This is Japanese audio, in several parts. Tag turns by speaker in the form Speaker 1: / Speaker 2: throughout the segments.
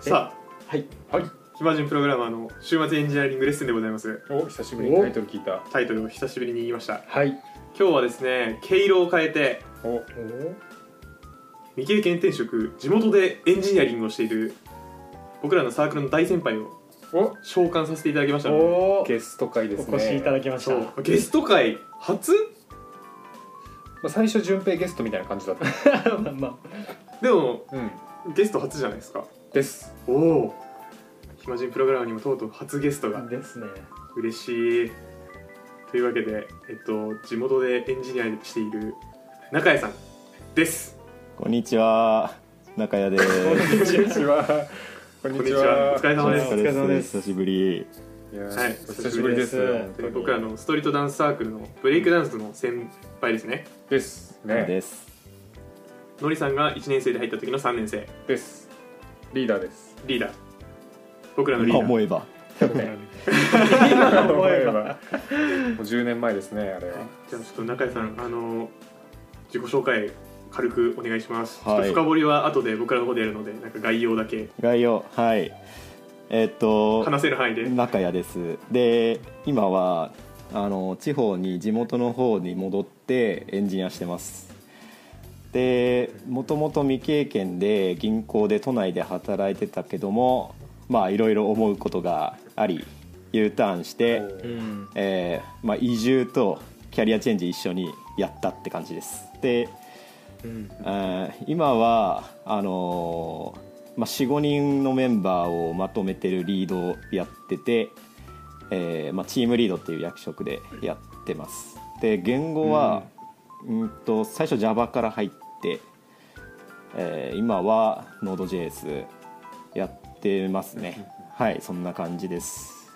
Speaker 1: さ
Speaker 2: はい
Speaker 1: あ、はい、暇人プログラマーの週末エンジニアリングレッスンでございます
Speaker 3: お久しぶりにタイトル聞いた
Speaker 1: タイトルを久しぶりに言いました
Speaker 2: はい
Speaker 1: 今日はですね毛色を変えて
Speaker 3: お
Speaker 1: 未経験転職地元でエンジニアリングをしている僕らのサークルの大先輩を
Speaker 3: お
Speaker 1: 召喚させていただきましたので
Speaker 2: お
Speaker 3: ゲスト会ですね
Speaker 2: お越しいただ
Speaker 3: き、
Speaker 2: きまし
Speaker 1: そ
Speaker 2: た
Speaker 1: うゲスト会初
Speaker 3: まあ、最初順平ゲストみたいな感じだった
Speaker 2: まあま
Speaker 1: でも
Speaker 3: うん
Speaker 1: ゲスト初じゃないですか
Speaker 3: です
Speaker 1: おお暇人プログラマーにもとうとう初ゲスト
Speaker 2: あ
Speaker 1: が
Speaker 2: ですね
Speaker 1: 嬉しいというわけで、えっと、地元でエンジニアしている中谷さんです
Speaker 4: こんにちは中谷です。
Speaker 3: こんにちはこん
Speaker 1: こんにちはお疲れ様です
Speaker 2: お疲れ様です
Speaker 4: お久しぶり。
Speaker 3: いやー
Speaker 1: はい
Speaker 3: お久しぶりで
Speaker 2: お
Speaker 3: す
Speaker 2: 久しぶりです
Speaker 3: 本当に
Speaker 1: 僕らのストリートダンスサークルのブレイクダンスの先輩ですね
Speaker 3: ですね
Speaker 4: です。
Speaker 1: のりさんが1年生で入った時の3年生
Speaker 3: ですリーダーです
Speaker 1: リーダー僕らのリーダー
Speaker 4: 思えば
Speaker 2: 今思えば
Speaker 3: もう10年前ですねあれは
Speaker 1: じゃあちょっと中谷さん、あの自己紹介軽くお願いします、
Speaker 4: はい
Speaker 1: ちょっと深掘りは後で僕らの方でやるのでなんか概要だけ
Speaker 4: 概要はい。えーっと
Speaker 1: 話せる範囲で
Speaker 4: 中谷です。で今はあの地方に地元の方に戻ってエンジニアしてます。でもともと未経験で銀行で都内で働いてたけどもまあいろいろ思うことがあり U ターンして、
Speaker 2: うん
Speaker 4: えーまあ、移住とキャリアチェンジ一緒にやったって感じです。で
Speaker 2: うん
Speaker 4: えー今はあのーまあ、45人のメンバーをまとめてるリードをやってて、えーまあ、チームリードっていう役職でやってますで言語は、うん、と最初 Java から入って、えー今は Node.js やってますねはいそんな感じです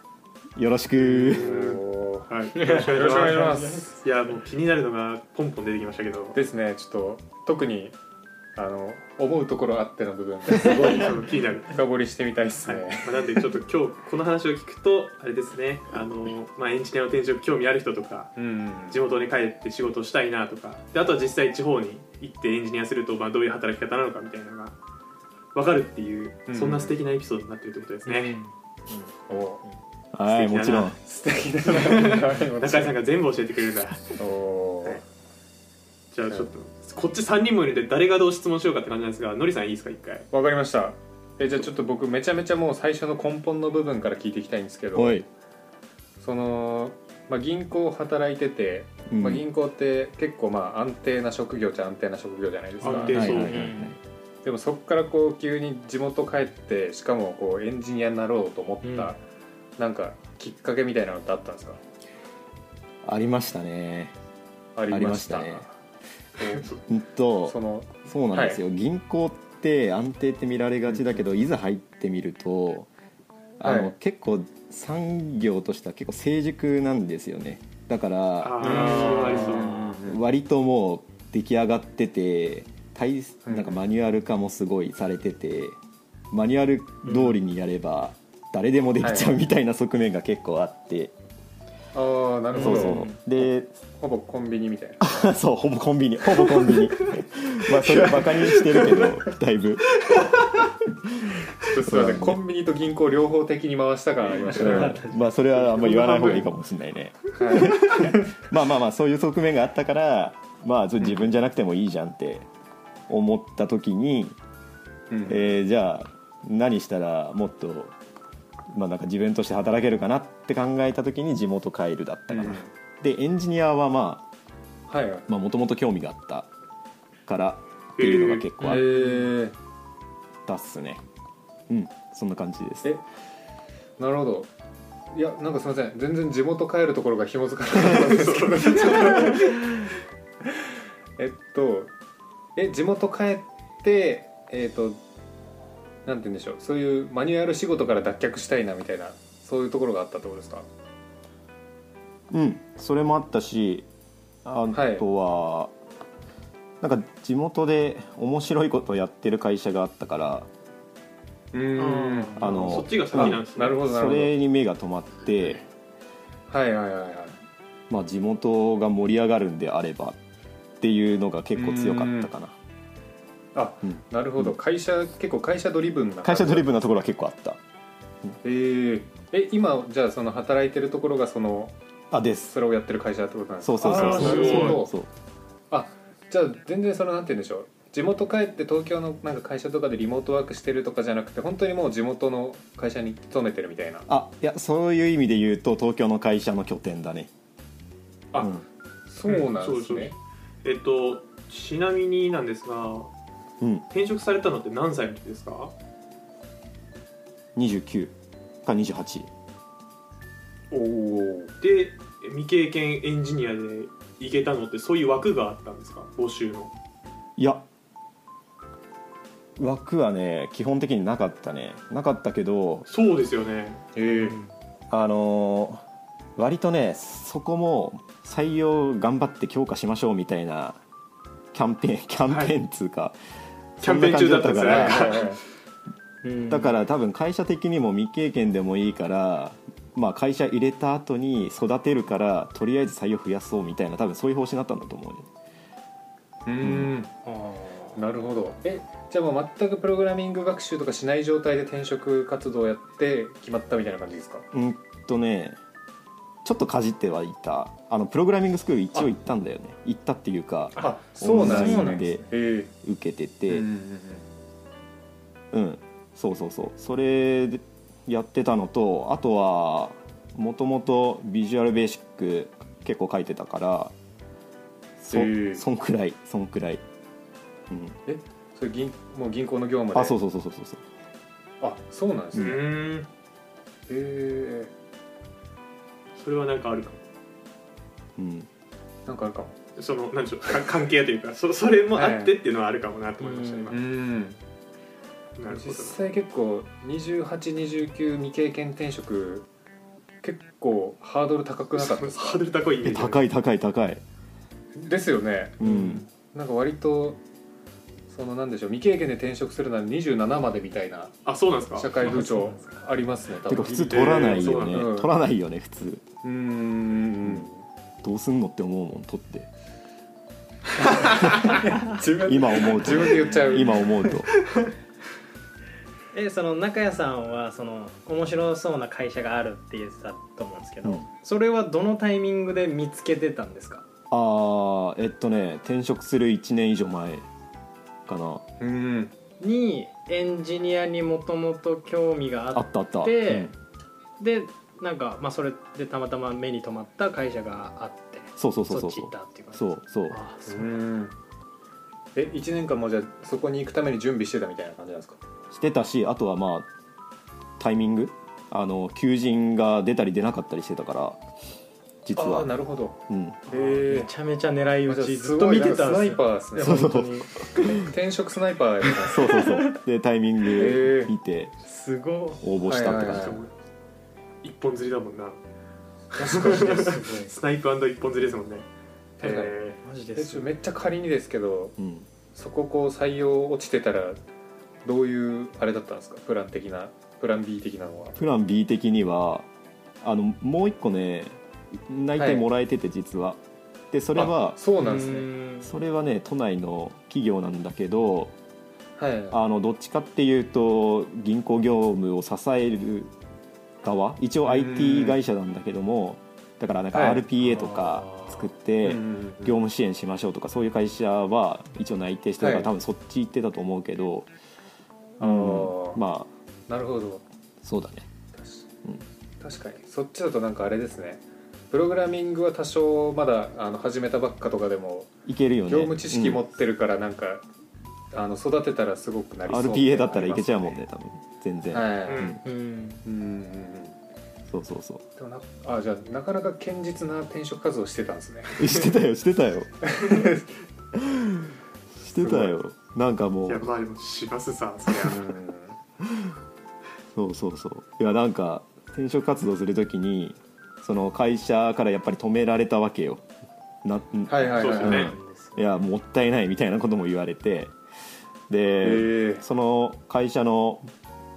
Speaker 4: よろしく
Speaker 3: おー
Speaker 1: はい、よろしくお
Speaker 3: よろしくお
Speaker 1: 願
Speaker 3: 願
Speaker 1: い
Speaker 3: い
Speaker 1: し
Speaker 3: し
Speaker 1: ま
Speaker 3: ますす
Speaker 1: いやもう気になるのがポンポン出てきましたけど
Speaker 3: ですねちょっと特にあの思うところあっての部分がすごい
Speaker 1: そう気になる
Speaker 3: 深掘りしてみたいです
Speaker 1: はいま
Speaker 3: ね
Speaker 1: あ、なんでちょっと今日この話を聞くとあれですねあの、まあ、エンジニアの転職興味ある人とか
Speaker 3: うん
Speaker 1: 地元に帰って仕事したいなとかであとは実際地方に行ってエンジニアすると、まあ、どういう働き方なのかみたいなのが分かるっていう、
Speaker 3: うん
Speaker 1: そんな素敵なエピソードになってるってことですね、
Speaker 3: お
Speaker 4: はいもちろん
Speaker 3: 素敵だな
Speaker 1: 中井さんが全部教えてく れるんだ
Speaker 3: おー
Speaker 1: じゃあちょっとこっち3人もいるんで誰がどう質問しようかって感じなんですがのりさんいいですか一回
Speaker 3: わかりましたえじゃあちょっと僕めちゃめちゃもう最初の根本の部分から聞いていきたいんですけど
Speaker 4: おい、
Speaker 3: その、まあ、銀行働いてて、
Speaker 4: うん
Speaker 3: まあ、銀行って結構まあ安定な職業っちゃ安定な職業じゃないですか
Speaker 1: 安定
Speaker 4: はい
Speaker 1: そう
Speaker 4: はいはいはい
Speaker 3: でもそこからこう急に地元帰ってしかもこうエンジニアになろうと思った、
Speaker 2: うん
Speaker 3: なんかきっかけみたいなのってあったんですか
Speaker 4: ありましたね
Speaker 3: ありました
Speaker 4: ありま
Speaker 3: こ
Speaker 4: うんと
Speaker 3: うその
Speaker 4: そうなんですよ、銀行って安定って見られがちだけど、いざ入ってみるとあの、
Speaker 3: はい
Speaker 4: 結構産業としては結構成熟なんですよねだか
Speaker 1: あ
Speaker 4: ら
Speaker 1: あありそう
Speaker 4: 割ともう出来上がってて対
Speaker 3: うん
Speaker 4: なんかマニュアル化もすごいされてて、マニュアル通りにやれば誰でもできちゃ
Speaker 3: は
Speaker 4: う
Speaker 3: い
Speaker 4: みたいな側面が結構あって、
Speaker 3: ああなる
Speaker 4: そ
Speaker 3: ほ
Speaker 4: う
Speaker 3: ど
Speaker 4: そうで
Speaker 3: ほぼコンビニみたいな
Speaker 4: そうほぼコンビニほぼコンビ ニまあそれはバカにしてるけどだい
Speaker 3: ち
Speaker 4: ぶ
Speaker 3: ょっとすいませんコンビニと銀行両方的に回した感ありましたね、はい
Speaker 4: うんまあそれはあんま言わない方がいいかもしれないねまあまあまあそういう側面があったからまあちょっと自分じゃなくてもいいじゃんって思った時に、
Speaker 3: うん
Speaker 4: えーじゃあ何したらもっと、まあ、なんか自分として働けるかなって考えた時に地元帰るだったかな、
Speaker 3: うん
Speaker 4: でエンジニアはま
Speaker 3: はいはい
Speaker 4: あもともと興味があったからっていうのが結構あ
Speaker 3: え
Speaker 4: っ
Speaker 3: ー
Speaker 4: たっすね、うんそんな感じです
Speaker 3: えなるほどいやなんかすいません全然地元帰るところが紐づかなかったんですけどえっとえ地元帰ってえっとなんて言うんでしょうそういうマニュアル仕事から脱却したいなみたいなそういうところがあったってことですか
Speaker 4: うん、それもあったしあ
Speaker 3: はい
Speaker 4: とは、なんか地元で面白いことをやってる会社があったから
Speaker 3: う
Speaker 1: うん
Speaker 3: ん
Speaker 4: あの
Speaker 1: そっちが先なんですね
Speaker 3: なるほどなる
Speaker 4: そ
Speaker 3: ほど
Speaker 4: れに目が止まって、
Speaker 3: はいはいはいはい
Speaker 4: まあ、地元が盛り上がるんであればっていうのが結構強かったかな
Speaker 3: あ、
Speaker 4: うん
Speaker 3: なるほど会社結構会社ドリブンな
Speaker 4: 会社ドリ
Speaker 3: ブ
Speaker 4: ブンなところは結構あった
Speaker 3: ンへええ今じゃあその働いてるところがその
Speaker 4: あです
Speaker 3: それをやってる会社ってことなんです
Speaker 4: そ
Speaker 3: か
Speaker 4: うそうそ
Speaker 2: あ
Speaker 4: う
Speaker 2: ー
Speaker 4: そう
Speaker 1: なる
Speaker 3: ほど
Speaker 4: そう
Speaker 3: あじゃあ全然そのなんて言うんでしょう地元帰って東京のなんか会社とかでリモートワークしてるとかじゃなくて本当にもう地元の会社に勤めてるみたいな
Speaker 4: あいやそういう意味で言うと東京の会社の拠点だね
Speaker 3: あ
Speaker 4: うん
Speaker 3: そうなんですね、
Speaker 1: えっとちなみになんですが
Speaker 4: うん、
Speaker 1: 転職されたのって何歳の時ですか
Speaker 4: 29か28
Speaker 3: おお
Speaker 1: で未経験エンジニアで行けたのってそういう枠があったんですか募集の
Speaker 4: いや枠はね基本的になかったねなかったけど
Speaker 1: そうですよね
Speaker 3: へえ
Speaker 4: あのー割とねそこも採用頑張って強化しましょうみたいなキャンペーンキャンペーンっつうか、
Speaker 1: キャンペーン中だったんですね
Speaker 4: そな感じだったから
Speaker 2: うん
Speaker 4: だから多分会社的にも未経験でもいいから、まあ、会社入れた後に育てるからとりあえず採用増やそうみたいな多分そういう方針だったんだと思うよ
Speaker 3: うーん
Speaker 2: あー
Speaker 3: なるほどえじゃあもう全くプログラミング学習とかしない状態で転職活動をやって決まったみたいな感じですか
Speaker 4: うんとねちょっとかじってはいたあのプログラミングスクール一応行ったんだよね行ったっていうか
Speaker 3: あ
Speaker 4: そうなん
Speaker 2: ですね
Speaker 4: オンラインで
Speaker 3: え
Speaker 4: 受けて
Speaker 3: え
Speaker 4: て
Speaker 3: うんうん
Speaker 4: うん、そうそうそうそれでやってたのとあとはもともとビジュアルベーシック結構書いてたからそ,、
Speaker 3: へー
Speaker 4: そんくらいそんくらい、うん、
Speaker 3: それ銀もう銀行の業務で
Speaker 4: あそう
Speaker 3: う
Speaker 4: そうそうそうそうそう
Speaker 3: あそうなんです
Speaker 1: う
Speaker 3: ね、へ
Speaker 1: ーん
Speaker 3: え
Speaker 1: それはなんかあるかも
Speaker 4: うん、
Speaker 3: なんかあるかも
Speaker 1: そのなんでしょうか関係というかそそれもあってっていうのはあるかもなと思いました、
Speaker 2: はい
Speaker 1: 今
Speaker 3: うん
Speaker 1: なるほ
Speaker 3: 実
Speaker 1: ど
Speaker 3: 際結構2829未経験転職結構ハードル高くなかったです
Speaker 1: ハー
Speaker 3: か
Speaker 1: ドル高いイメ
Speaker 4: え
Speaker 1: ージ
Speaker 4: 高
Speaker 1: い
Speaker 4: い高い高い
Speaker 3: ですよね
Speaker 4: うん、
Speaker 3: なんか割とそのなんでしょう未経験で転職するなら27までみたいな
Speaker 1: あそうなんですか
Speaker 3: 社会風潮ありますね多
Speaker 4: てか
Speaker 3: 分
Speaker 4: 普通取らないよね、
Speaker 3: そうなんだ
Speaker 4: 取らないよね普通
Speaker 3: うーん
Speaker 4: どうすんのって思うもん取 って
Speaker 3: 自分
Speaker 4: 今思うと
Speaker 3: 自分で言っちゃう
Speaker 4: 今思うと
Speaker 2: えその中谷さんはその面白そうな会社があるって言ってたと思うんですけど、
Speaker 4: うん
Speaker 2: それはどのタイミングで見つけてたんですか
Speaker 4: ああえっとね転職する1年以上前かな
Speaker 3: うん
Speaker 2: にエンジニアにもともと興味が
Speaker 4: あ
Speaker 2: あっ
Speaker 4: ったあった
Speaker 2: で
Speaker 4: うん
Speaker 2: てなんか、まあ、それでたまたま目に留まった会社があって
Speaker 4: そうそうそうそう
Speaker 2: っち
Speaker 4: そ
Speaker 2: 行っ
Speaker 4: う
Speaker 2: たっていう感じ
Speaker 4: そうそう
Speaker 2: あそうう、
Speaker 3: んえ一1年間もじゃあそこに行くために準備してたみたいな感じなんですか
Speaker 4: してたしあとはまあタイミングあの求人が出たり出なかったりしてたから実
Speaker 3: ああー
Speaker 4: は
Speaker 3: なるほど
Speaker 4: うん
Speaker 3: へ
Speaker 2: めちゃめちゃ狙い
Speaker 3: え
Speaker 2: 撃ちずっと見てたん
Speaker 3: スナ
Speaker 2: で
Speaker 3: イ
Speaker 2: す
Speaker 3: パ
Speaker 2: よ
Speaker 3: ーですね
Speaker 4: そうそう
Speaker 3: 本当に転職スナイパーやります
Speaker 4: そうそ うそうでタイミン
Speaker 3: へ
Speaker 4: グ
Speaker 3: ー
Speaker 4: 見て
Speaker 2: すご
Speaker 4: 応募したって
Speaker 3: はいは
Speaker 4: 感
Speaker 3: いはい
Speaker 4: じ
Speaker 1: 一本釣りだもんな
Speaker 2: 確かにねすごい
Speaker 1: スナイプ一本釣りですもんね
Speaker 3: はいはい
Speaker 1: え
Speaker 2: マジ
Speaker 3: え
Speaker 2: で
Speaker 3: ち
Speaker 2: す
Speaker 3: ょ
Speaker 2: ごい
Speaker 3: めっちゃ仮にですけど
Speaker 4: うん
Speaker 3: そここう採用落ちてたらどういうあれだったんですかプラン的なプラン B 的なのは
Speaker 4: プラン B 的にはあのもう一個ね内定もらえてて実は、でそれは
Speaker 3: あそうなんですね
Speaker 2: ね
Speaker 4: それはね都内の企業なんだけど
Speaker 3: はい
Speaker 4: あのどっちかっていうと銀行業務を支える側一応 IT 会社なんだけどもだからなんか
Speaker 3: はい
Speaker 4: RPA とか作って業務支援しましょうとかそういう会社は一応内定してるか
Speaker 3: はい
Speaker 4: ら多分そっち行ってたと思うけど、
Speaker 3: あー
Speaker 4: うんまあ
Speaker 3: なるほど
Speaker 4: そうだね
Speaker 3: 確,、
Speaker 4: うん
Speaker 3: 確かにそっちだとなんかあれですねプログラミングは多少まだあの始めたばっかとかでも
Speaker 4: いけるよね
Speaker 3: 業務知識持
Speaker 4: う
Speaker 3: っ
Speaker 4: ん
Speaker 3: てるからなんか、あの育てたらすごくなりそう
Speaker 4: RPA だったらいけちゃうもんね多分全然、
Speaker 3: はい、
Speaker 1: う
Speaker 3: うんん
Speaker 2: うん
Speaker 3: うんうん
Speaker 4: そうそうそ
Speaker 3: でもなあじゃあなかなか堅実な転職活動してたんですね
Speaker 4: う してたよして たよしてたよなんかも
Speaker 1: ーいうやまあでもしますさそりゃ
Speaker 4: そうそうそういやなんか転職活動するときにその会社からやっぱり止められたわけよな、
Speaker 3: はいはいはい、
Speaker 1: そう
Speaker 3: は
Speaker 1: です
Speaker 3: い
Speaker 1: よね
Speaker 4: いやもったいないみたいなことも言われて
Speaker 3: え
Speaker 4: で、
Speaker 3: ー
Speaker 4: その会社の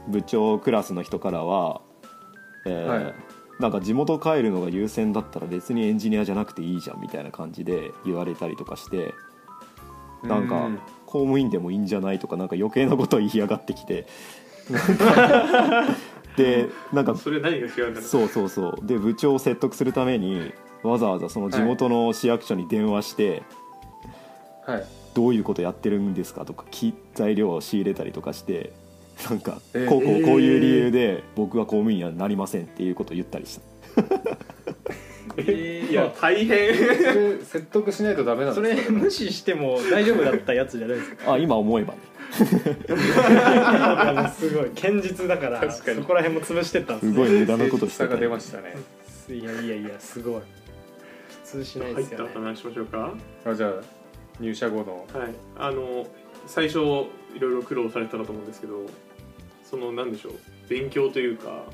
Speaker 4: 部長クラスの人からは、えー
Speaker 3: はい
Speaker 4: なんか地元帰るのが優先だったら別にエンジニアじゃなくていいじゃんみたいな感じで言われたりとかしてなんか公務員でもいいんじゃないとかなんか余計なことを言いやがって きてなんかでなんか
Speaker 1: それ何が違うんだろう
Speaker 4: そうそうそうで部長を説得するためにわざわざその地元の市役所に電話して、
Speaker 3: はい
Speaker 4: どういうことやってるんですかとかき材料を仕入れたりとかしてなんか
Speaker 3: えー
Speaker 4: こうこうこういう理由で僕は公務員にはなりませんっていうことを言ったりした
Speaker 2: えー
Speaker 1: いや大変
Speaker 3: それ説得しないとダメなん
Speaker 2: そ
Speaker 3: です
Speaker 2: れ
Speaker 3: か
Speaker 2: 無視しても大丈夫だったやつじゃないですか
Speaker 4: あ今思えばね
Speaker 2: あ の すごい堅実だから
Speaker 3: 確かに
Speaker 2: そこら辺も潰してったんですす
Speaker 4: ごい無駄な
Speaker 3: 誠
Speaker 4: こと
Speaker 3: 実
Speaker 4: して
Speaker 3: さ
Speaker 4: た
Speaker 3: が
Speaker 4: り
Speaker 3: 出ましたね
Speaker 2: いやいやいやすごい普通しない
Speaker 1: 入
Speaker 2: で
Speaker 1: っ
Speaker 2: す
Speaker 1: た
Speaker 2: よね
Speaker 1: 話しましょうか
Speaker 3: あじゃあ入社後の
Speaker 1: はい、あの最初いろいろ苦労されてたかと思うんですけどその何でしょう勉強というか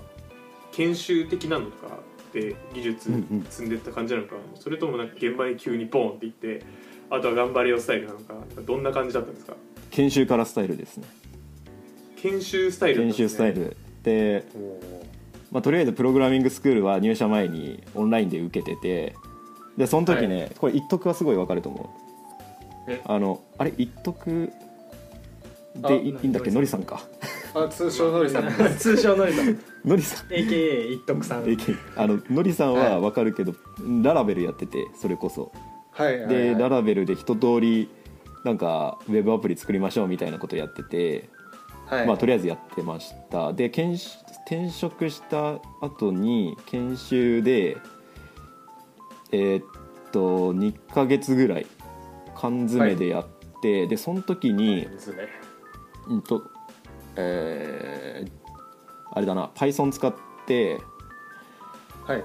Speaker 1: 研修的なのとかで技術
Speaker 4: うんうん
Speaker 1: 積んでった感じなのか、それともなんか現場に急にポンって行ってあとは頑張れよスタイルなのかどんな感じだったんですか
Speaker 4: 研修からスタイルですね
Speaker 1: 研修スタイルだったん
Speaker 4: 研
Speaker 1: です、ね、
Speaker 4: 修スタイルで、
Speaker 3: おー
Speaker 4: まあ、とりあえずプログラミングスクールは入社前にオンラインで受けててでその時ね、これ一徳はすごいわかると思う
Speaker 3: え
Speaker 4: あのあれ一徳
Speaker 3: あ
Speaker 4: でいいいんだっけの
Speaker 2: のり
Speaker 4: りさんか
Speaker 3: あ通称のりさんです
Speaker 2: 通称のりさん
Speaker 4: のりさん
Speaker 2: AKA 一徳さん
Speaker 4: AK あののりさんはわかるけど、ララベルやっててそれこそ
Speaker 3: はいはい、
Speaker 4: で、ラ
Speaker 3: はい、
Speaker 4: ラベルで一通りなんかウェブアプリ作りましょうみたいなことやってて、
Speaker 3: はい、
Speaker 4: まあとりあえずやってましたで研修転職した後に研修でえーっと2ヶ月ぐらい缶詰でやって、でその時に、
Speaker 3: 娘
Speaker 4: うんとえーあれだな Python 使って
Speaker 3: はい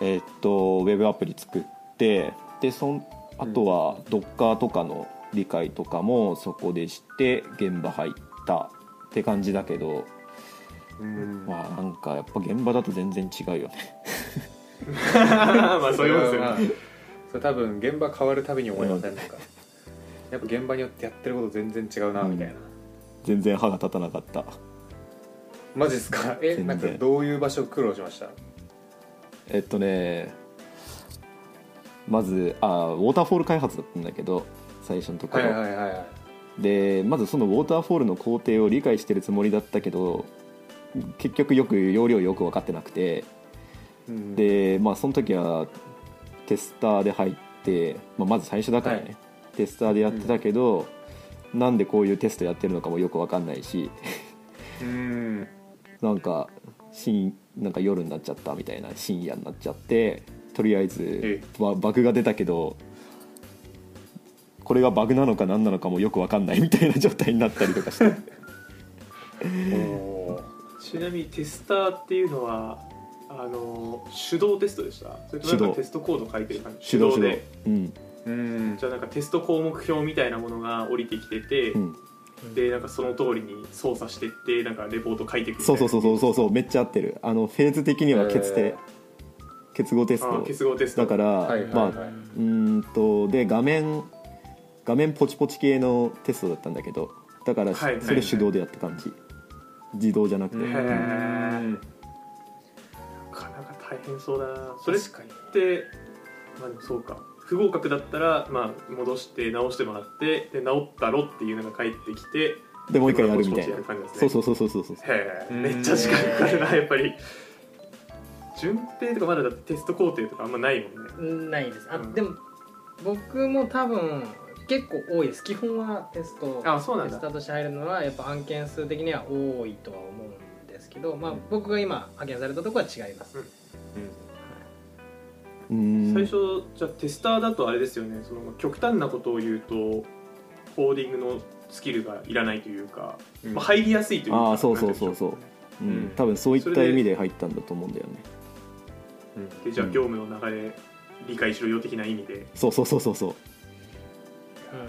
Speaker 4: えーっとウェブアプリ作ってでそんあとは Docker とかの理解とかもそこでして現場入ったって感じだけど
Speaker 3: うん
Speaker 4: まあなんかやっぱ現場だと全然違うよね
Speaker 1: まあそういうもんです
Speaker 3: れはま
Speaker 1: よ
Speaker 3: あ
Speaker 1: ね
Speaker 3: それ多分現場変わるたびに思いませんなんかやっぱ現場によってやってること全然違うなみたいな、
Speaker 4: 全然歯が立たなかった
Speaker 3: マジっすかえ
Speaker 4: 全然
Speaker 3: なんかどういう場所苦労しました
Speaker 4: えっとねまずあウォーターフォール開発だったんだけど最初のとこ
Speaker 3: はい
Speaker 4: ろ、
Speaker 3: はいはいはい
Speaker 4: でまずそのウォーターフォールの工程を理解してるつもりだったけど結局よく容量よく分かってなくて
Speaker 3: うん
Speaker 4: でまあその時はテスターで入って、まあ、まず最初だからね、
Speaker 3: はい
Speaker 4: テスターでやってたけど、なんでこういうテストやってるのかもよく分かんないし
Speaker 3: うん
Speaker 4: なんか深なんか夜になっちゃったみたいな深夜になっちゃってとりあえず
Speaker 3: え
Speaker 4: ババグが出たけどこれがバグなのか何なのかもよく分かんないみたいな状態になったりとかして
Speaker 3: おー
Speaker 1: ちなみにテスターっていうのはあの手動テストでしたそれともな
Speaker 4: 手
Speaker 1: ん
Speaker 4: 動
Speaker 1: かテストコード書いてる感じ
Speaker 4: 手動手動
Speaker 1: で
Speaker 4: うん
Speaker 3: うん
Speaker 1: じゃあなんかテスト項目表みたいなものが降りてきてて、
Speaker 4: うん、
Speaker 1: でなんかその通りに操作してってなんかレポート書いていくみたい
Speaker 4: そ
Speaker 1: うな
Speaker 4: そうそうそうそうそうめっちゃ合ってるあのフェーズ的には結
Speaker 3: え
Speaker 4: 定、結合テス
Speaker 1: あー
Speaker 4: ト
Speaker 1: 結合テスト
Speaker 4: だから、
Speaker 3: はいはい
Speaker 4: まあ
Speaker 3: はいう
Speaker 4: ーんとで画面画面ポチポチ系のテストだったんだけどだから、
Speaker 1: はい
Speaker 4: それ手動でやった感じ自動じゃなくて、
Speaker 3: ー
Speaker 1: へー
Speaker 3: うん
Speaker 1: なかなか大変そうだなそれってまあでもそうか不合格だったら、まあ、戻して直してもらってで直ったろっていうのが返ってきて
Speaker 4: でもう一回やるみたいな、
Speaker 1: でもポチポチやる感じですね
Speaker 4: そうそうそうそうそうそう
Speaker 1: へえ
Speaker 3: うん
Speaker 1: めっちゃ時間かかるなやっぱり順平とかまだだってテスト工程とかあんまないもんね
Speaker 2: ないですあ、
Speaker 1: うん
Speaker 2: でも僕も多分結構多いです基本はテスト
Speaker 1: あそうなん
Speaker 2: テスタ
Speaker 1: だ
Speaker 2: ーとして入るのはやっぱ案件数的には多いとは思うんですけど、まあ、僕が今派遣されたとこは違います、
Speaker 1: うん
Speaker 4: うーん
Speaker 1: 最初じゃあテスターだとあれですよねその極端なことを言うとコーディングのスキルがいらないというか、
Speaker 3: うん
Speaker 1: まあ、入りやすいというか
Speaker 4: ああそうそうそうそうう、うん
Speaker 3: うん
Speaker 4: 多分そういっ
Speaker 1: そ
Speaker 4: た
Speaker 1: れ
Speaker 4: 意
Speaker 1: で
Speaker 4: 味で入ったんだと思うんだよね
Speaker 3: うん
Speaker 1: でじゃあ
Speaker 4: うん
Speaker 1: 業務の流れ理解しろよ的な意味で
Speaker 4: そうそうそうそうそう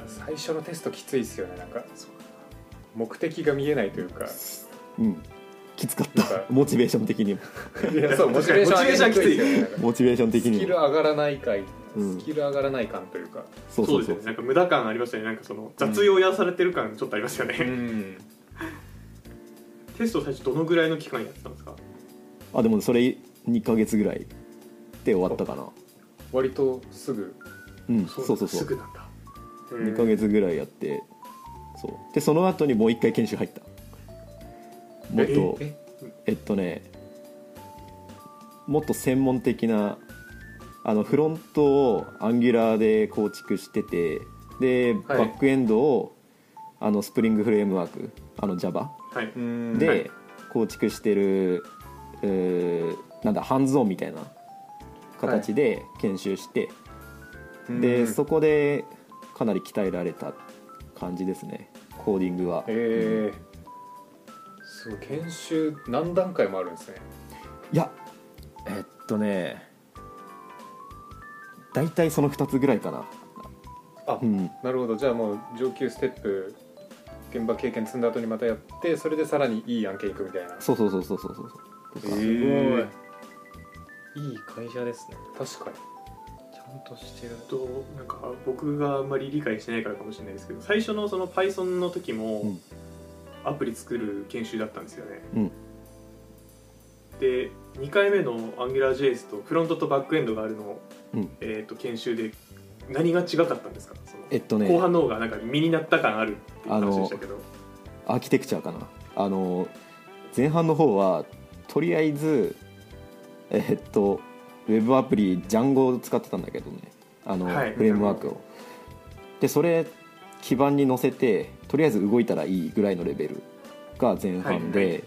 Speaker 3: 最初のテストきついっすよねなんか目的が見えないというか
Speaker 4: うんきつかっ
Speaker 3: なん
Speaker 4: た
Speaker 3: か
Speaker 4: モチベーション的にも
Speaker 3: いやそうモチベーション上げにいっすよねなんか
Speaker 4: モチベーション的
Speaker 3: ス
Speaker 4: に
Speaker 3: キル
Speaker 4: も
Speaker 3: 上がらないかい
Speaker 4: うん
Speaker 3: スキル上がらない感というか
Speaker 4: そう
Speaker 1: そ
Speaker 4: そうう
Speaker 1: です
Speaker 4: そ
Speaker 1: よ
Speaker 4: う
Speaker 1: ねなんか無駄感ありましたねなんかその雑用やされてる感ちょっとありますよね、
Speaker 3: うん
Speaker 1: テスト最初どのぐらいの期間やってたんですか
Speaker 4: あでもそれ2ヶ月ぐらいで終わったかな
Speaker 3: 割とすぐ
Speaker 4: うんそうそうそう
Speaker 1: すぐなんだへえ
Speaker 4: 2ヶ月ぐらいやってそうでその後にもう一回研修入った元
Speaker 2: え
Speaker 4: えっとねもっと専門的なあのフロントをアンギュラーで構築しててで
Speaker 1: はい
Speaker 4: バックエンドをあのスプリングフレームワークあの Java
Speaker 1: はい、
Speaker 3: うん
Speaker 4: で、
Speaker 1: はい
Speaker 4: 構築してるうーなんだハンズオンみたいな形で研修して、で、そこでかなり鍛えられた感じですねコーディングは、
Speaker 3: ええすごい研修何段階もあるんですね
Speaker 4: いやえっとね大体その2つぐらいかな
Speaker 3: あ
Speaker 4: うん
Speaker 3: なるほどじゃあもう上級ステップ現場経験積んだ後にまたやってそれでさらにいい案件いくみたいな
Speaker 4: そうそうそうそうそうそうそうとか
Speaker 3: へえ
Speaker 2: いい会社ですね
Speaker 3: 確かに
Speaker 2: ちゃんとしてる
Speaker 1: えっとなんか僕があんまり理解してないからかもしれないですけど最初のその Python の時
Speaker 4: う
Speaker 1: も
Speaker 4: ん
Speaker 1: アプリ作る研修だったんですよね、
Speaker 4: うん
Speaker 1: で2回目の AngularJS とフロントとバックエンドがあるのを、
Speaker 4: うん
Speaker 1: えっと研修で何が違かったんですかその
Speaker 4: えっとね
Speaker 1: 後半の方がなんか身になった感あるっていう話でしたけど
Speaker 4: アーキテクチャかなあの前半の方はとりあえずえっとウェブアプリ Django を使ってたんだけどねあの、
Speaker 1: はい
Speaker 4: フレームワークをでそれ基盤に載せてとりあえず動いたらいいぐらいのレベルが前半で、
Speaker 1: はいは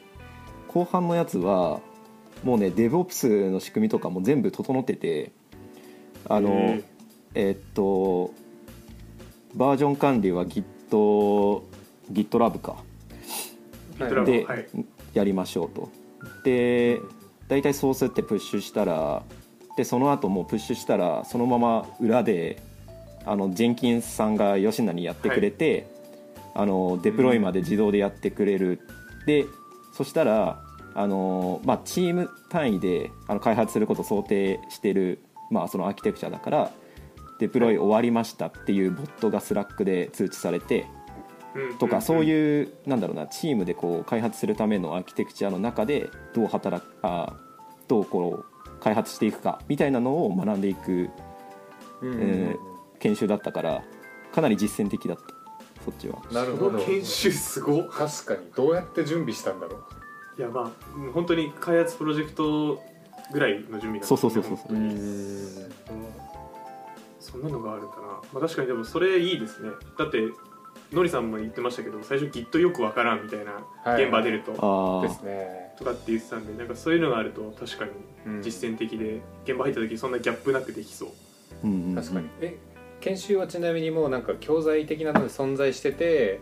Speaker 4: 後半のやつはもうね DevOps の仕組みとかも全部整っててあの、
Speaker 1: へ
Speaker 4: えっとバージョン管理は Git GitLab か
Speaker 1: ー GitLab
Speaker 4: で、
Speaker 1: はい
Speaker 4: やりましょうとで大体そうすってプッシュしたらでその後もうプッシュしたらそのまま裏であのジェンキンスさんが吉野にやってくれて、あのデプロイまで自動でやってくれる、でそしたらあの、まあ、チーム単位であの開発することを想定してる、まあ、そのアーキテクチャだからデプロイ終わりましたっていうボットがスラックで通知されて、
Speaker 1: うん
Speaker 4: とかそう
Speaker 1: う
Speaker 4: いうなんだろうなチームでこう開発するためのアーキテクチャの中でどう働くあどうこう開発していくかみたいなのを学んでいく
Speaker 3: うん
Speaker 4: え研修だったからかなり実践的だったそっちは
Speaker 3: なる
Speaker 1: こ
Speaker 3: ほ
Speaker 1: の
Speaker 3: ど
Speaker 1: 研修すごっ
Speaker 3: 確かにどうやって準備したんだろ
Speaker 1: いやまあうん本当に開発プロジェクトぐらいの準備なんです
Speaker 4: そ
Speaker 1: ね
Speaker 4: うそうそうそうそう
Speaker 3: う
Speaker 2: すごい
Speaker 1: そんなのがあるんだな、まあ、確かにでもそれいいですねだってのりさんも言ってましたけど最初きっとよくわからんみたいな、
Speaker 3: はい
Speaker 1: 現場出ると
Speaker 4: あ
Speaker 3: で
Speaker 4: あ
Speaker 3: すね
Speaker 1: とかって言ってたんでなんかそういうのがあると確かに実践的で、現場入った時そんなギャップなくできそう
Speaker 4: うんうんうん
Speaker 3: 確かにえ研修はちなみにもうなんか教材的なので存在してて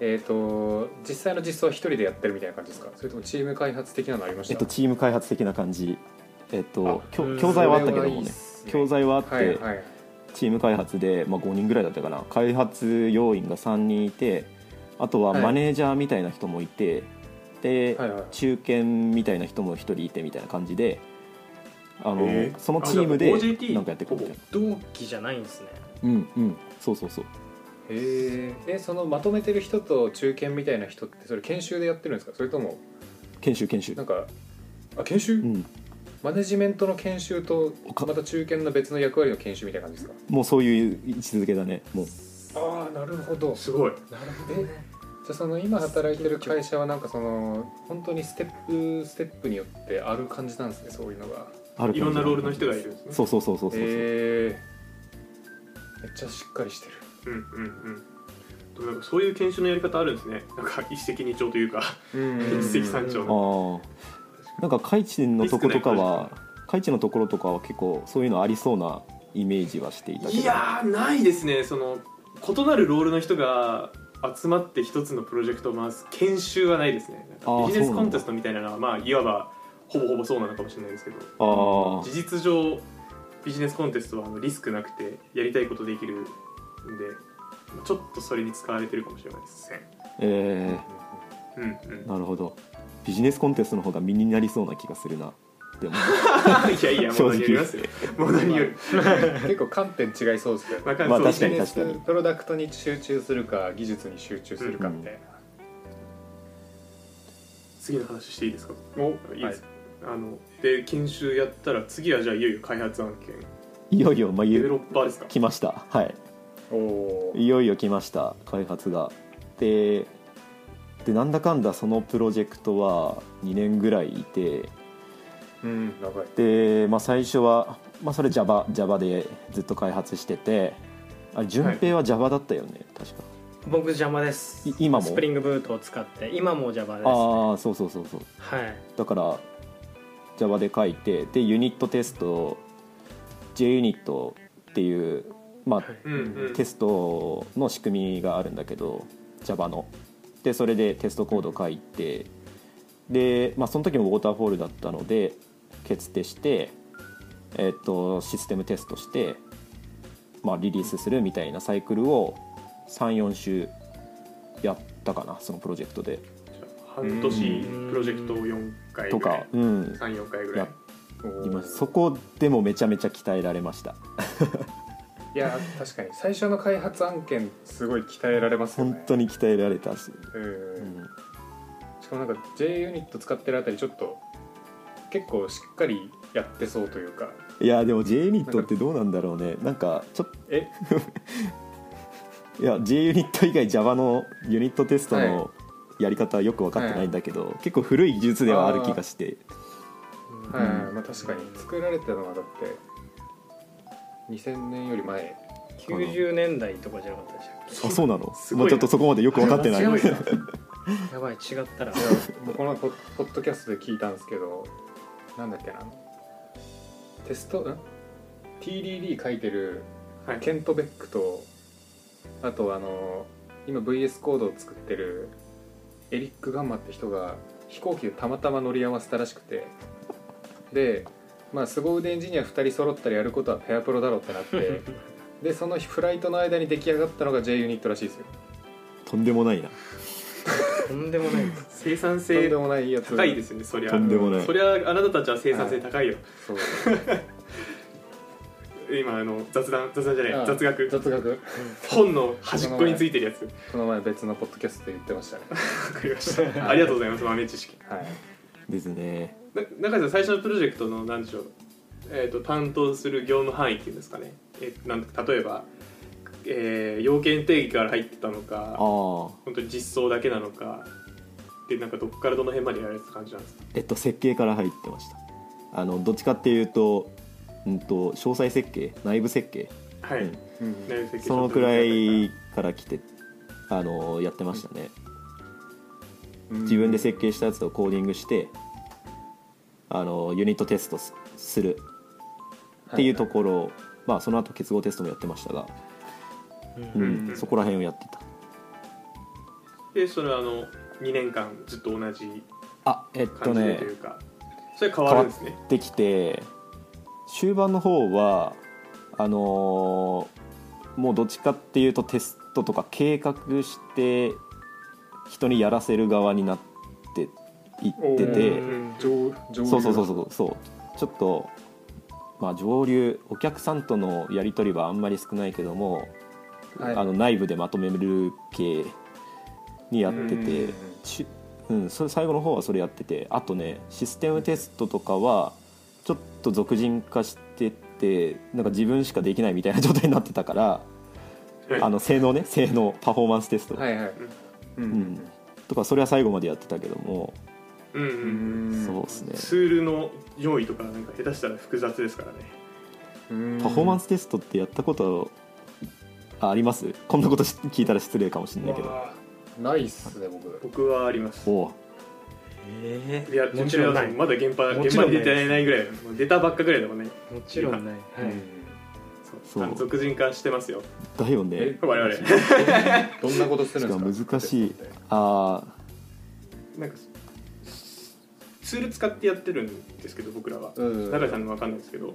Speaker 3: えっ、と実際の実装は一人でやってるみたいな感じですかそれともチーム開発的なのありました
Speaker 4: えっとチーム開発的な感じえっと
Speaker 3: あ
Speaker 4: きょ
Speaker 2: うん
Speaker 4: 教材はあったけど
Speaker 3: それ
Speaker 4: も
Speaker 3: はいいっ
Speaker 4: ね
Speaker 3: すね
Speaker 4: 教材はあって、
Speaker 3: はいはい
Speaker 4: チーム開発で、まあ、5人ぐらいだったかな開発要員が3人いてあとは
Speaker 3: はい
Speaker 4: マネージャーみたいな人もいて、で、
Speaker 3: はいはい
Speaker 4: 中堅みたいな人も1人いてみたいな感じであの、
Speaker 1: えー
Speaker 4: そのチームで
Speaker 1: あじゃあ OJT
Speaker 4: なんかやっていくみたいな
Speaker 2: 同期じゃないんですね
Speaker 4: うんうんそうそうそう
Speaker 3: へええそのまとめてる人と中堅みたいな人ってそれ研修でやってるんですかそれとも
Speaker 4: 研修研修
Speaker 3: なんかあ研修、
Speaker 4: うん、
Speaker 3: マネジメントの研修と
Speaker 4: か
Speaker 3: また中堅の別の役割の研修みたいな感じです
Speaker 4: もうそういう位置づけだねもう
Speaker 3: かああなるほど
Speaker 1: すごい
Speaker 3: なるほどねじゃあその今働いてる会社はなんかその本当にステップステップによってある感じなんですねそういうのが
Speaker 4: ある
Speaker 1: いろんなロールの人がいるんですね
Speaker 4: そうそうそうそうそう、
Speaker 3: えー、めっちゃしっかりしてる
Speaker 1: うんうんうんでもなんかそういう研修のやり方あるんですねなんか一石二鳥というか
Speaker 3: うん
Speaker 1: 一石三鳥の
Speaker 4: ああなんか海地のとことかは海地のところとかは結構そういうのありそうなイメージはしていたけど
Speaker 1: いやーないですねその異なるロールの人が集まって一つのプロジェクトを回す研修はないですねなんか
Speaker 4: あー
Speaker 1: ビジネ
Speaker 4: そ
Speaker 1: ス
Speaker 4: う
Speaker 1: コ
Speaker 4: なんだ
Speaker 1: ンテストみたいなのはまあいわばほぼほぼそうなのかもしれないですけど
Speaker 4: ああ
Speaker 1: 事実上ビジネスコンテストはあのリスクなくてやりたいことできるんでまあちょっとそれに使われてるかもしれないですね
Speaker 4: え
Speaker 1: うんうん
Speaker 4: ー、なるほどビジネスコンテストの方が身になりそうな気がするなでも
Speaker 1: いやいや
Speaker 4: 正
Speaker 1: もう
Speaker 4: 直
Speaker 1: 何よりますよもう何より
Speaker 3: 結構観点違いそうですけど
Speaker 1: わかる
Speaker 4: まあ
Speaker 1: そう
Speaker 4: 確かに
Speaker 3: ビジネスプロダクトに集中するか技術に集中するかみたいな、
Speaker 1: 次の話していいですか
Speaker 3: お
Speaker 1: いいですか、あので研修やったら次はじゃあいよいよ開発案件
Speaker 4: いよいよ
Speaker 1: デベ
Speaker 4: 眉
Speaker 1: ロッパーですか
Speaker 4: 来ましたはい
Speaker 3: おお
Speaker 4: いよいよ来ました開発がってでなんだかんだそのプロジェクトは2年ぐらいいて
Speaker 3: うん長い
Speaker 4: で、まあ、最初は、まあ、それ Java, Java でずっと開発しててあれ順平は Java だったよね、確か
Speaker 2: 僕邪魔です
Speaker 4: い今も
Speaker 2: スプリングブートを使って今も Java です
Speaker 4: ああそうそうそうそう
Speaker 2: はい
Speaker 4: だから Java で書いてでユニットテスト JUnit っていう、まあ
Speaker 2: はい
Speaker 1: うんうん
Speaker 4: テストの仕組みがあるんだけど Java のでそれでテストコード書いてで、まあ、その時もウォーターフォールだったので決定して、えっとシステムテストして、まあ、リリースするみたいなサイクルを34週やったかなそのプロジェクトで
Speaker 1: 半年プロジェクトを4回
Speaker 4: と
Speaker 1: ぐら
Speaker 4: か
Speaker 1: い、
Speaker 4: うん、
Speaker 1: 34回ぐらい
Speaker 4: や今そこでもめちゃめちゃ鍛えられました
Speaker 3: いや確かに最初の開発案件すごい鍛えられますよね
Speaker 4: 本当に鍛えられたし、
Speaker 3: うん
Speaker 4: うん
Speaker 3: しかもなんか J ユニット使ってるあたりちょっと結構しっかりやってそうというか
Speaker 4: いやでも J ユニットってどうなんだろうねなんかちょっと
Speaker 3: え
Speaker 4: いや J ユニット以外 Java のユニットテストのやり方はよく分かってないんだけど、結構古い技術ではある気がして
Speaker 3: はい、まあ、確かに作られたのはだって2000年より前
Speaker 2: 90年代とかじゃなかったでしたっ
Speaker 4: あそうなの
Speaker 1: すごい
Speaker 4: まあ、ちょっとそこまでよく分かってない
Speaker 2: あ
Speaker 1: 強いな
Speaker 2: け やばい違ったら
Speaker 3: いや僕このポッポッドキャストで聞いたんですけどなんだっけなテストん TDD 書いてる
Speaker 1: はい
Speaker 3: ケント・ベックとあとあの今 VS コードを作ってるエリック・ガンマって人が飛行機でたまたま乗り合わせたらしくてでまあ凄腕エンジニア2人揃ったらやることはペアプロだろうってなってでそのフライトの間に出来上がったのが J ユニットらしいですよ
Speaker 4: とんでもないな
Speaker 2: とんでもないです
Speaker 1: 生産
Speaker 3: とんで
Speaker 1: 性
Speaker 3: もないやつ
Speaker 1: 高いですよねそりゃ
Speaker 4: とんでもない
Speaker 1: そりゃあなたたちは生産性高いよ、
Speaker 3: そう
Speaker 1: 今あの雑談雑談じゃな
Speaker 3: あ
Speaker 1: い
Speaker 3: あ
Speaker 1: 雑学
Speaker 3: 雑学
Speaker 1: 本の端っこについてるやつ
Speaker 3: この前別のポッドキャストで言ってましたね
Speaker 1: わかりま したありがとうございます豆知識
Speaker 3: はい
Speaker 4: ですね
Speaker 1: な中井さん最初のプロジェクトの何でしょう、えー、と担当する業務範囲っていうんですかね、えーなん例えば、えー要件定義から入ってたの
Speaker 4: あ
Speaker 1: か
Speaker 4: あ
Speaker 1: 本当に実装だけなのかでなんかどこからどの辺までやられてた感じなんですか
Speaker 4: えっと設計から入ってましたあのどっちかっていうと,、うん、と詳細設計内部設計
Speaker 1: はい、
Speaker 4: うん
Speaker 3: うん
Speaker 1: 内部設計
Speaker 4: そのくらいから来てあのやってましたね、自分で設計したやつをコーディングしてあのユニットテストすするっていうところを、まあ、その後結合テストもやってましたが、うん
Speaker 1: うんうん
Speaker 4: そこら辺をやってた
Speaker 1: でそれはあの2年間ずっと同じ
Speaker 4: あえっと
Speaker 1: 感じで
Speaker 4: ね
Speaker 1: というか、それ変わるんですね
Speaker 4: できて終盤の方はあのーもうどっちかっていうとテストとか計画して人にやらせる側になっていってて。
Speaker 3: お
Speaker 1: うん
Speaker 3: 上上
Speaker 4: そうそうそうそうそうちょっとまあ上流お客さんとのやり取りはあんまり少ないけども、
Speaker 3: う、はい、
Speaker 4: あの内部でまとめる系にやってて
Speaker 3: うん
Speaker 4: ちゅうん、それ最後の方はそれやっててあとねシステムテストとかはちょっと俗人化しててなんか自分しかできないみたいな状態になってたから
Speaker 1: はい
Speaker 4: あの性能ね性能パフォーマンステスト、
Speaker 3: はいはいうんう
Speaker 4: うんとかそれは最後までやってたけども、
Speaker 1: うんうんうん
Speaker 4: そうですね
Speaker 1: ツールの用意とかなんか下手したら複雑ですからね
Speaker 4: パフォーマン
Speaker 3: ス
Speaker 4: ステストってやったことあありますこんなことし聞いたら失礼かもしれないけど
Speaker 1: わあ
Speaker 3: ないっすね僕
Speaker 1: 僕はあります
Speaker 4: おう
Speaker 2: え
Speaker 1: いや
Speaker 2: もちろんない
Speaker 1: 自分
Speaker 2: も
Speaker 1: はまだ現場
Speaker 2: も
Speaker 1: 現
Speaker 2: ち
Speaker 1: 場
Speaker 2: ろ
Speaker 1: に
Speaker 2: んない
Speaker 1: 出てないぐらいだもう出たばっかぐらいだもんね
Speaker 2: ちろんないはい
Speaker 1: そう
Speaker 4: そう
Speaker 1: あの俗人化してますよ
Speaker 4: だよ
Speaker 3: え
Speaker 4: ね
Speaker 1: 我々
Speaker 3: どんなことするんですか
Speaker 4: しかも難しい
Speaker 3: テストって
Speaker 4: あ
Speaker 1: なんかツール使ってやってるんですけど僕らは
Speaker 3: うん
Speaker 1: 中井さんのわかんないですけど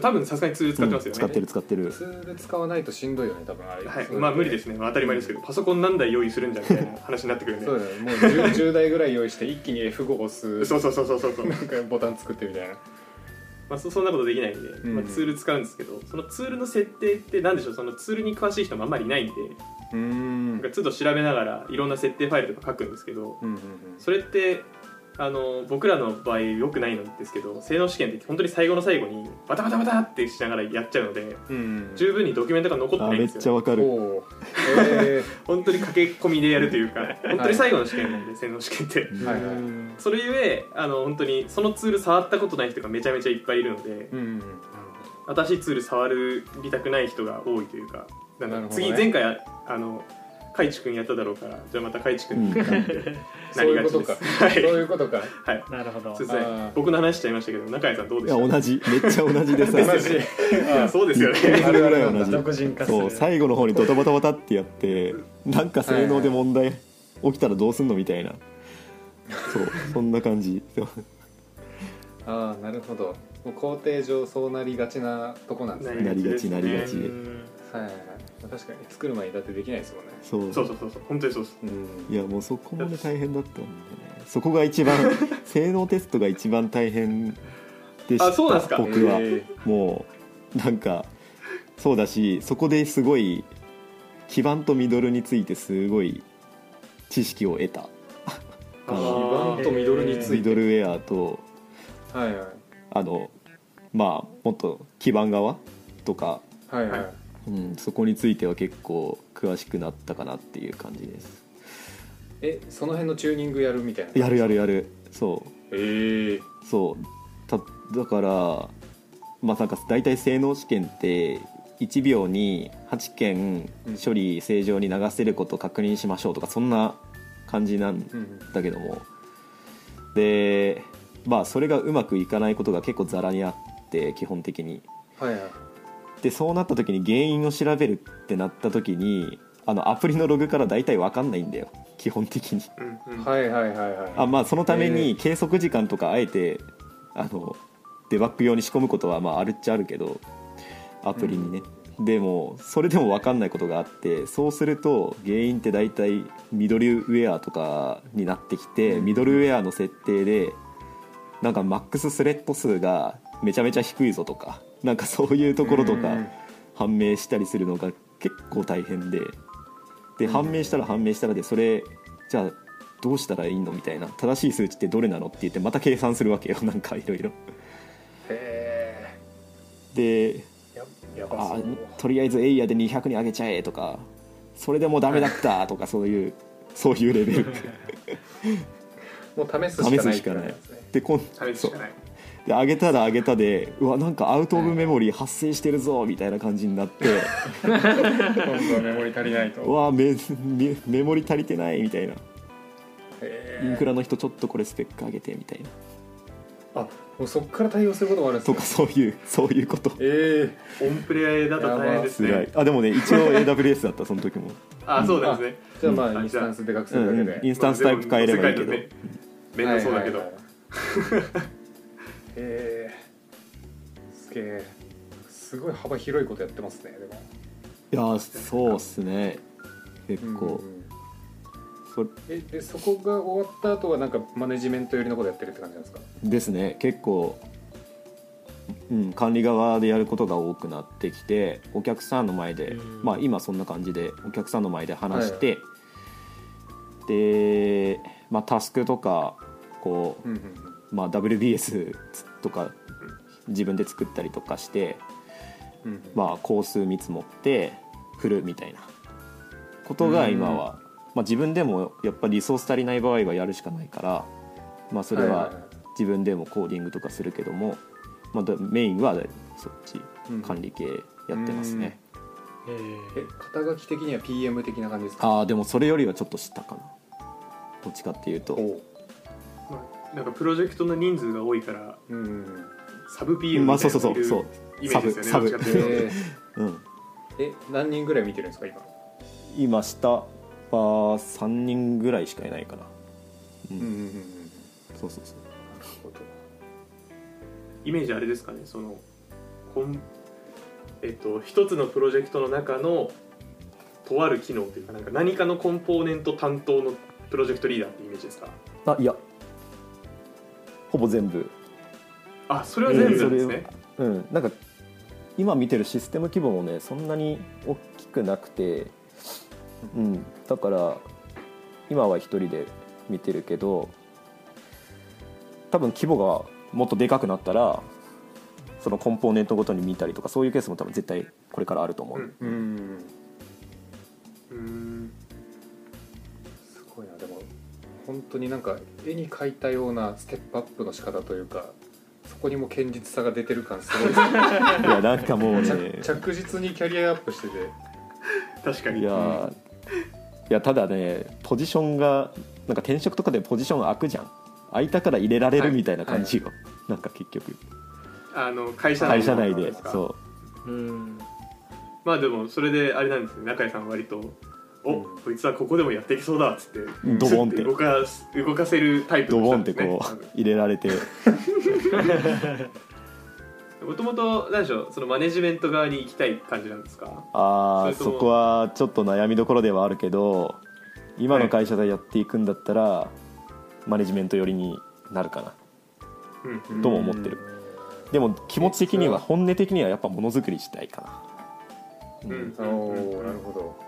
Speaker 1: 多分さすがにツール
Speaker 4: あ
Speaker 1: 使ってますよね、
Speaker 4: 使ってる使ってる
Speaker 3: ツール使わないとしんどいよね多分あれ
Speaker 1: はい、まあ無理ですね、まあ、当たり前ですけど、パソコン何台用意するんじゃみたいな話になってくるんで
Speaker 3: そうだねもう 10, 10台ぐらい用意して一気に F5 押す
Speaker 1: そうそうそうそうそうそう
Speaker 3: なんかボタン作ってみたいな
Speaker 1: まあ、そそ んなことできないんで、
Speaker 3: ん
Speaker 1: まあ、ツール使うんですけどそのツールの設定って何でしょうそのツールに詳しい人もあんまりいないんで
Speaker 3: うーん
Speaker 1: なんか都度調べながらいろんな設定ファイルとか書くんですけど
Speaker 3: うんうんうん
Speaker 1: それってあの僕らの場合よくないんですけど性能試験って本当に最後の最後にバタバタバタってしながらやっちゃうので
Speaker 3: うん
Speaker 1: 十分にドキュメントが残って
Speaker 4: あ
Speaker 1: ないんで
Speaker 4: めっ
Speaker 1: すよ、
Speaker 4: ちゃわかる
Speaker 3: おーえ
Speaker 1: 本当に駆け込みでやるというか本当に最後の試験なんで性能試験って
Speaker 3: ー、はいはい
Speaker 1: それゆえあの本当にそのツール触ったことない人がめちゃめちゃいっぱいいるので
Speaker 3: うん
Speaker 1: 新しいツール触りたくない人が多いというかなんか
Speaker 3: なるほどね
Speaker 1: 次前回ああの海地君やっただろうからじゃあまた海地君に
Speaker 4: う ん
Speaker 1: な
Speaker 3: そう
Speaker 1: り
Speaker 3: い
Speaker 1: が
Speaker 3: うこ
Speaker 1: ち
Speaker 3: と
Speaker 1: です
Speaker 3: か、
Speaker 1: は
Speaker 3: そう
Speaker 1: い
Speaker 3: いうことか
Speaker 1: はい
Speaker 2: なるほど
Speaker 1: すいませ
Speaker 3: あ
Speaker 1: ん
Speaker 3: ー
Speaker 1: 僕の話しちゃいましたけど中谷さんどう
Speaker 4: い
Speaker 1: で
Speaker 4: や
Speaker 1: した
Speaker 4: 同じめっちゃ同 じでさ
Speaker 3: 同じ
Speaker 1: いやそうですよ
Speaker 4: 言って
Speaker 1: ね
Speaker 4: るぐらい同じ
Speaker 2: 独人化す
Speaker 4: そう
Speaker 2: る
Speaker 4: 最後の方にドタバタバタってやってなんか性能で問題起きたらどうすんのみたいなそうそんな感じそう
Speaker 3: ああなるほどもう工程上そうなりがちなとこなんですね
Speaker 4: なりがちなりがち
Speaker 1: うん
Speaker 3: はいはいはい確かに作る前にだってできないですもんね
Speaker 4: そう
Speaker 1: そうそうそうそう本当にそうです
Speaker 3: うん
Speaker 4: いやもうそこもね大変だったんでねそこ が一番性能テストが一番大変でした
Speaker 1: あそうなんすか
Speaker 4: 僕は、
Speaker 3: え
Speaker 4: もうなんかそうだしそこですごい基盤とミドルについてすごい知識を得た
Speaker 3: ー、
Speaker 4: あ
Speaker 3: 基
Speaker 1: の
Speaker 3: 盤とミドルにつ
Speaker 4: ミ
Speaker 3: い
Speaker 4: ド
Speaker 3: て、
Speaker 4: ルウェアと
Speaker 3: はいはい
Speaker 4: あのまあもっと基盤側とか、
Speaker 3: はいはい、
Speaker 1: は
Speaker 4: うん、そこについては結構詳しくなったかなっていう感じです
Speaker 3: えその辺のチューニングやるみたいな
Speaker 4: やるやるやるそう
Speaker 3: ええ
Speaker 4: そうただからまあなんか大体性能試験って1秒に8件
Speaker 3: うん
Speaker 4: 処理正常に流せることを確認しましょうとかそんな感じなん
Speaker 3: うん
Speaker 4: だけどもでまあそれがうまくいかないことが結構ざらにあって基本的に
Speaker 3: はいはい
Speaker 4: でそうなった時に原因を調べるってなった時にあのアプリのログから大体分かんないんだよ基本的に
Speaker 1: うんうん
Speaker 3: はいはいはいはい
Speaker 4: あまあそのため
Speaker 3: え
Speaker 4: に計測時間とかあえてあのデバッグ用に仕込むことはまああるっちゃあるけどアプリにね、でもそれでも分かんないことがあってそうすると原因って大体ミドルウェアとかになってきて、
Speaker 3: うん
Speaker 4: ミドルウェアの設定でなんかマックススレッド数がめちゃめちゃ低いぞとかなんかそういうところとか。
Speaker 3: うん
Speaker 4: 判明したりするのが結構大変でで
Speaker 3: うん
Speaker 4: 判明したら判明したらでそれじゃあどうしたらいいのみたいな正しい数値ってどれなのって言ってまた計算するわけよ なんかいろいろ
Speaker 3: へ
Speaker 4: で
Speaker 2: ややばそ
Speaker 4: あ
Speaker 2: う
Speaker 4: とりあえずエイヤで200に上げちゃえとかそれでもうダメだったとかそういうそういうレベル
Speaker 3: えもう試すしかない
Speaker 4: 試すしかない
Speaker 3: って感じですね
Speaker 4: でこん
Speaker 1: 差別しかない
Speaker 4: で上げたら上げたでうわなんかアウト・オブ・メモリー発生してるぞみたいな感じになって
Speaker 3: 今度はメモリ足りないと
Speaker 4: うわメメメモリ足りてないみたいな
Speaker 3: へ
Speaker 4: イ
Speaker 3: え
Speaker 4: ンフラの人ちょっとこれスペック上げてみたいな
Speaker 3: あもうそっから対応することもあるんです
Speaker 4: と
Speaker 3: ね
Speaker 4: かそういうそういうこと
Speaker 3: え
Speaker 1: オンプレだと大変です
Speaker 4: 辛
Speaker 1: ね
Speaker 4: いあでもね一応 AWS だったその時も、
Speaker 1: あそうなんですね
Speaker 3: えじゃあま
Speaker 1: うん
Speaker 3: あインスタンスで学
Speaker 4: う
Speaker 3: 生だけ
Speaker 4: ん
Speaker 3: で、
Speaker 4: インスタンスタイプ変えればいいけど、
Speaker 1: まあでも面倒そうだけど、
Speaker 3: はいはいはいへえすげえすごい幅広いことやってますねでも
Speaker 4: いやーそうっすね結構、
Speaker 3: うんうん
Speaker 4: そ
Speaker 3: えでそこが終わった後はなんかマネジメント寄りのことやってるって感じなんですか
Speaker 4: ですね結構、うん、管理側でやることが多くなってきてお客さんの前で、
Speaker 2: うん
Speaker 4: まあ今そんな感じでお客さんの前で話して、で、まあ、タスクとかこう
Speaker 3: うんうん
Speaker 4: まあ、WBS とか自分で作ったりとかして、
Speaker 3: うんうん
Speaker 4: まあ、工数見積もって振るみたいなことが今は、まあ、自分でもやっぱりリソース足りない場合はやるしかないから、まあ、それ
Speaker 3: いい
Speaker 4: はい自分でもコーディングとかするけども、まあ、だメインはそっち
Speaker 3: うん
Speaker 4: 管理系やってますね、
Speaker 2: え
Speaker 3: え
Speaker 2: ー
Speaker 3: 肩書き的には PM 的な感じですか
Speaker 4: ああでもそれよりはちょっと下かなどっちかっていうと
Speaker 3: おう
Speaker 1: まあなんかプロジェクトの人数が多いから
Speaker 3: うんうんうん
Speaker 1: サブ PM
Speaker 4: まあ
Speaker 1: みた
Speaker 4: そ
Speaker 1: いう
Speaker 4: そう
Speaker 1: なの
Speaker 4: そ
Speaker 1: いうる
Speaker 4: そう
Speaker 1: イメージですよね
Speaker 4: サブ
Speaker 1: どっちかっていうと
Speaker 3: え
Speaker 4: うん
Speaker 3: ーえ何人ぐらい見てるんですか今
Speaker 4: 今下は3人ぐらいしかいないかなうん、
Speaker 3: うんうんうんうん
Speaker 4: そうそうそう
Speaker 3: なるほど
Speaker 1: イメージあれですかねそのこんえっと一つのプロジェクトの中のとある機能というかなんか何かのコンポーネント担当のプロジェクトリーダーってイメージですか
Speaker 4: あいやほぼ全部
Speaker 1: あそれは全部なんです
Speaker 4: え
Speaker 1: ね、
Speaker 4: うんなんか今見てるシステム規模もねそんなに大きくなくてうんだから今は一人で見てるけど多分規模がもっとでかくなったらそのコンポーネントごとに見たりとかそういうケースも多分絶対これからあると思う、
Speaker 1: うん
Speaker 3: うん
Speaker 1: うん
Speaker 3: すごいなでも本当になんか絵に描いたようなステップアップの仕方というかそこにも堅実さが出てる感すごいですね
Speaker 4: いやなんかもうね
Speaker 3: 着着実にキャリアアップしてて
Speaker 1: 確かに
Speaker 4: いやー、いやただねポジションがなんか転職とかでポジション空くじゃん空いたから入れられるみたいな感じよ、なんか結局
Speaker 1: あの会社内
Speaker 4: 会
Speaker 1: の
Speaker 4: 社内で
Speaker 1: ですか
Speaker 4: そ
Speaker 2: うん
Speaker 1: まあでもそれであれなんですね中井さんは割と「お、
Speaker 3: うん
Speaker 1: こいつはここでもやっていきそうだ」っつって
Speaker 4: うドボンって
Speaker 1: 動かす動かせるタイプ
Speaker 4: ド
Speaker 1: の
Speaker 4: ボ
Speaker 1: 人な
Speaker 4: ンっ
Speaker 1: ん
Speaker 4: て
Speaker 1: ですね
Speaker 4: こう入れられて
Speaker 1: うもともと何でしょうそのマネジメント側に行きたい感じなんですか
Speaker 4: ああ
Speaker 1: それと
Speaker 4: そ
Speaker 1: も
Speaker 4: こはちょっと悩みどころではあるけど今の会社でやっていくんだったら、マネジメント寄りになるかな
Speaker 1: うん
Speaker 4: とも思ってるでも気持ち的には本音的にはやっぱものづくりしたいかな、
Speaker 1: うん
Speaker 3: おおなるほど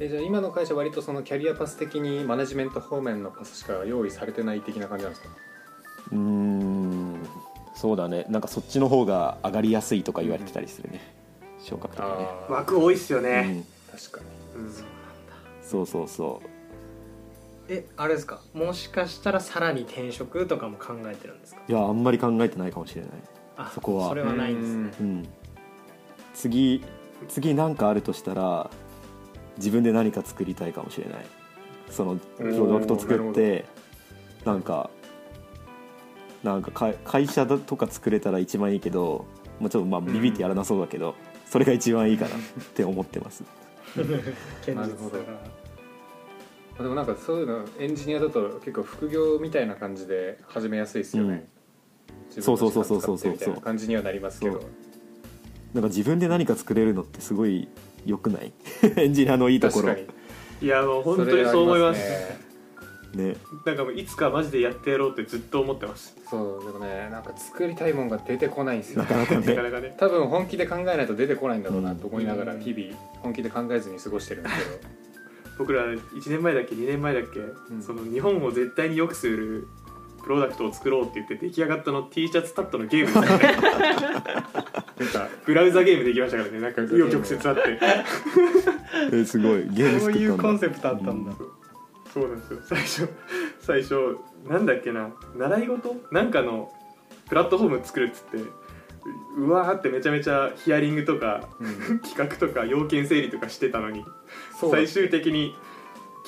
Speaker 3: えじゃあ今の会社割とそのキャリアパス的にマネジメント方面のパスしか用意されてない的な感じなんですか
Speaker 4: うーんそうだねなんかそっちの方が上がりやすいとか言われてたりするね昇格とか
Speaker 3: あー
Speaker 1: 枠多いっすよ
Speaker 4: ね
Speaker 1: ね、
Speaker 3: 確かに
Speaker 1: うん
Speaker 4: うん、そうそうそ
Speaker 2: えあれですかもしかしたらさらに転職とかも考えてるんですか
Speaker 4: ういやあんまり考えてないかもしれない、
Speaker 2: あ
Speaker 4: そこは
Speaker 2: それはないんですね
Speaker 4: うん、次次なんかあるとしたら自分で何か作りたいかもしれないそのプ
Speaker 3: ー
Speaker 4: ロダクト作っ
Speaker 3: な
Speaker 4: てなんかなんかか会社だとか作れたら一番いいけどもうちょっとまあビビってやらなそうだけど、それが一番いいかなって思ってます
Speaker 2: 堅実
Speaker 3: なるほ
Speaker 2: さ
Speaker 3: ど
Speaker 2: が
Speaker 3: でもなんかそういうのエンジニアだと結構副業みたいな感じで始めやすいですよね、自分の
Speaker 4: そうそうそうそうそう
Speaker 3: 時間使ってみたいな感じにはなりますけど
Speaker 4: そうなんか自分で何か作れるのってすごい良くない エンジニアのいいとこ
Speaker 3: 確
Speaker 4: ろ
Speaker 3: かに
Speaker 1: いやもう本当にそう思います
Speaker 3: それはありますね
Speaker 4: ね
Speaker 1: なんかもういつかマジでやってやろうってずっと思ってます
Speaker 3: そうでもねなんか作りたいもんが出てこないんですよ
Speaker 4: なかなか
Speaker 1: なか
Speaker 4: ね
Speaker 1: なかね
Speaker 3: 多分本気で考えないと出てこないんだろうなと思いなが
Speaker 2: う
Speaker 3: ら
Speaker 2: ん
Speaker 3: 日々本気で考えずに過ごしてるんですけど
Speaker 1: 僕ら1年前だっけ2年前だっけ、
Speaker 3: ん
Speaker 1: その日本を絶対に良くするプロダクトを作ろうって言って出来上がったの T シャツタットの ゲームですからね
Speaker 3: なんか
Speaker 1: ブラウザゲームできましたからねなんか紆余曲折あって
Speaker 4: えすごいゲーム
Speaker 2: そ
Speaker 4: 作
Speaker 2: う
Speaker 4: ったんだ
Speaker 2: いうコンセプトあったんだ、
Speaker 1: そうなんですよ最初最初なんだっけな習い事なんかのプラットフォーム作るっつってううわーってめちゃめちゃヒアリングとか企画とか要件整理とかしてたのに
Speaker 3: そう
Speaker 1: 最終的に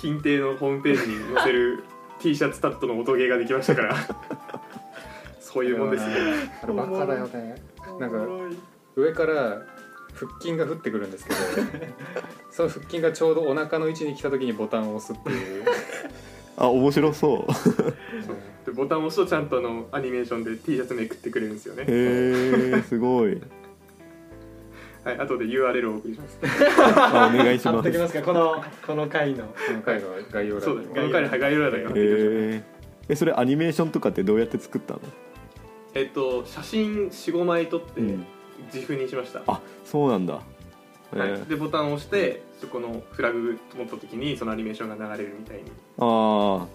Speaker 1: 金帝のホームページに載せる T シャツタットの音ゲーができましたからそういうもんですね
Speaker 3: あれバカだよねなんか上から腹筋が降ってくる んですけどその腹筋がちょうどお腹の位置に来た時にボタンを押すっていう、
Speaker 4: あ面白そう
Speaker 1: でボタンを押すとちゃんとあのアニメーションで T シャツめくってくれるんですよね、
Speaker 4: へえすごい
Speaker 1: はい後で URL をお送りします
Speaker 4: あお願いし
Speaker 2: 貼
Speaker 4: ま
Speaker 2: っ
Speaker 4: す
Speaker 2: ときますかこのこの回の
Speaker 3: この回の概要
Speaker 1: そ
Speaker 3: 欄
Speaker 1: う
Speaker 3: に
Speaker 1: だね
Speaker 3: も
Speaker 1: 今回の概要欄に貼っておきましょう
Speaker 4: ええそれアニメーションとかってどうやって作ったの、
Speaker 1: えっと写真45枚撮って自負にしました、
Speaker 4: あそうなんだ、え
Speaker 1: はい
Speaker 4: ー
Speaker 1: でボタンを押してそこのフラグ持った時にそのアニメーションが流れるみたいに
Speaker 4: あ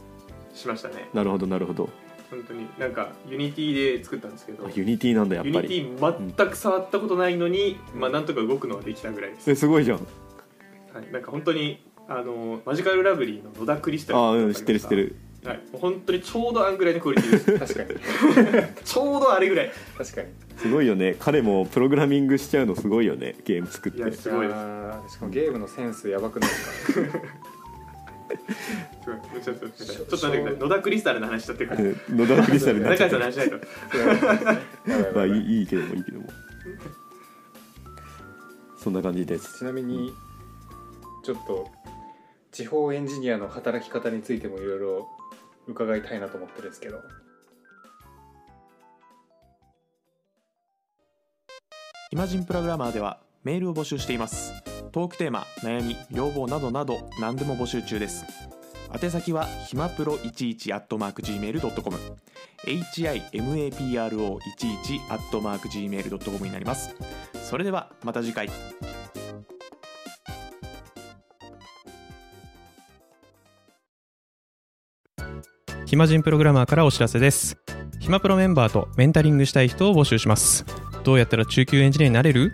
Speaker 1: しましたね
Speaker 4: あなるほどなるほど
Speaker 1: 本当になんかユニティで作ったんですけど
Speaker 4: ユニティなんだやっ
Speaker 1: ユ
Speaker 4: ぱ
Speaker 1: ニテ
Speaker 4: り
Speaker 1: ィ全く触ったことないのに、まあなんとか動くのはできたぐらいです、
Speaker 4: えすごいじゃん
Speaker 1: はい、なんか本当にあのマジカルラブリーの野田クリスタ
Speaker 4: あ
Speaker 1: ル
Speaker 4: ーうん知ってる知って、る
Speaker 1: はい、もう本当にちょうどあんぐらいのクオリティです
Speaker 3: 確かに
Speaker 1: ちょうどあれぐらい
Speaker 3: 確かに
Speaker 4: すごいよね彼もプログラミングしちゃうのすごいよねゲーム作っ
Speaker 1: いや
Speaker 4: て
Speaker 1: すごいです
Speaker 3: あーしかもゲームのセンスやばくな いです
Speaker 1: す
Speaker 3: か
Speaker 1: ごいちょっとちょっとちょっと待ってください野田クリスタルの話しちゃってるから
Speaker 4: うん野田クリスタルになっち
Speaker 1: 中井
Speaker 4: ゃ
Speaker 1: さ
Speaker 4: った
Speaker 1: んの話しないと
Speaker 3: やばいや
Speaker 4: まあ
Speaker 3: ばい
Speaker 4: い
Speaker 3: やばい
Speaker 4: いいいけどもいいけどもそんな感じです
Speaker 3: ちなみにちょっと地方エンジニアの働き方についてもいろいろ伺いたいなと思ってるんですけど
Speaker 5: イマジンプログラマーではメールを募集していますトークテーマ悩み要望などなど何でも募集中です宛先はひまプロ11 at mark gmail.com himapro11 at mark gmail.com になりますそれではまた次回
Speaker 6: 暇人プログラマーからお知らせです。
Speaker 1: ひまプロメンバーとメンタリングしたい人を募集しますどうやったら中級エンジニアになれる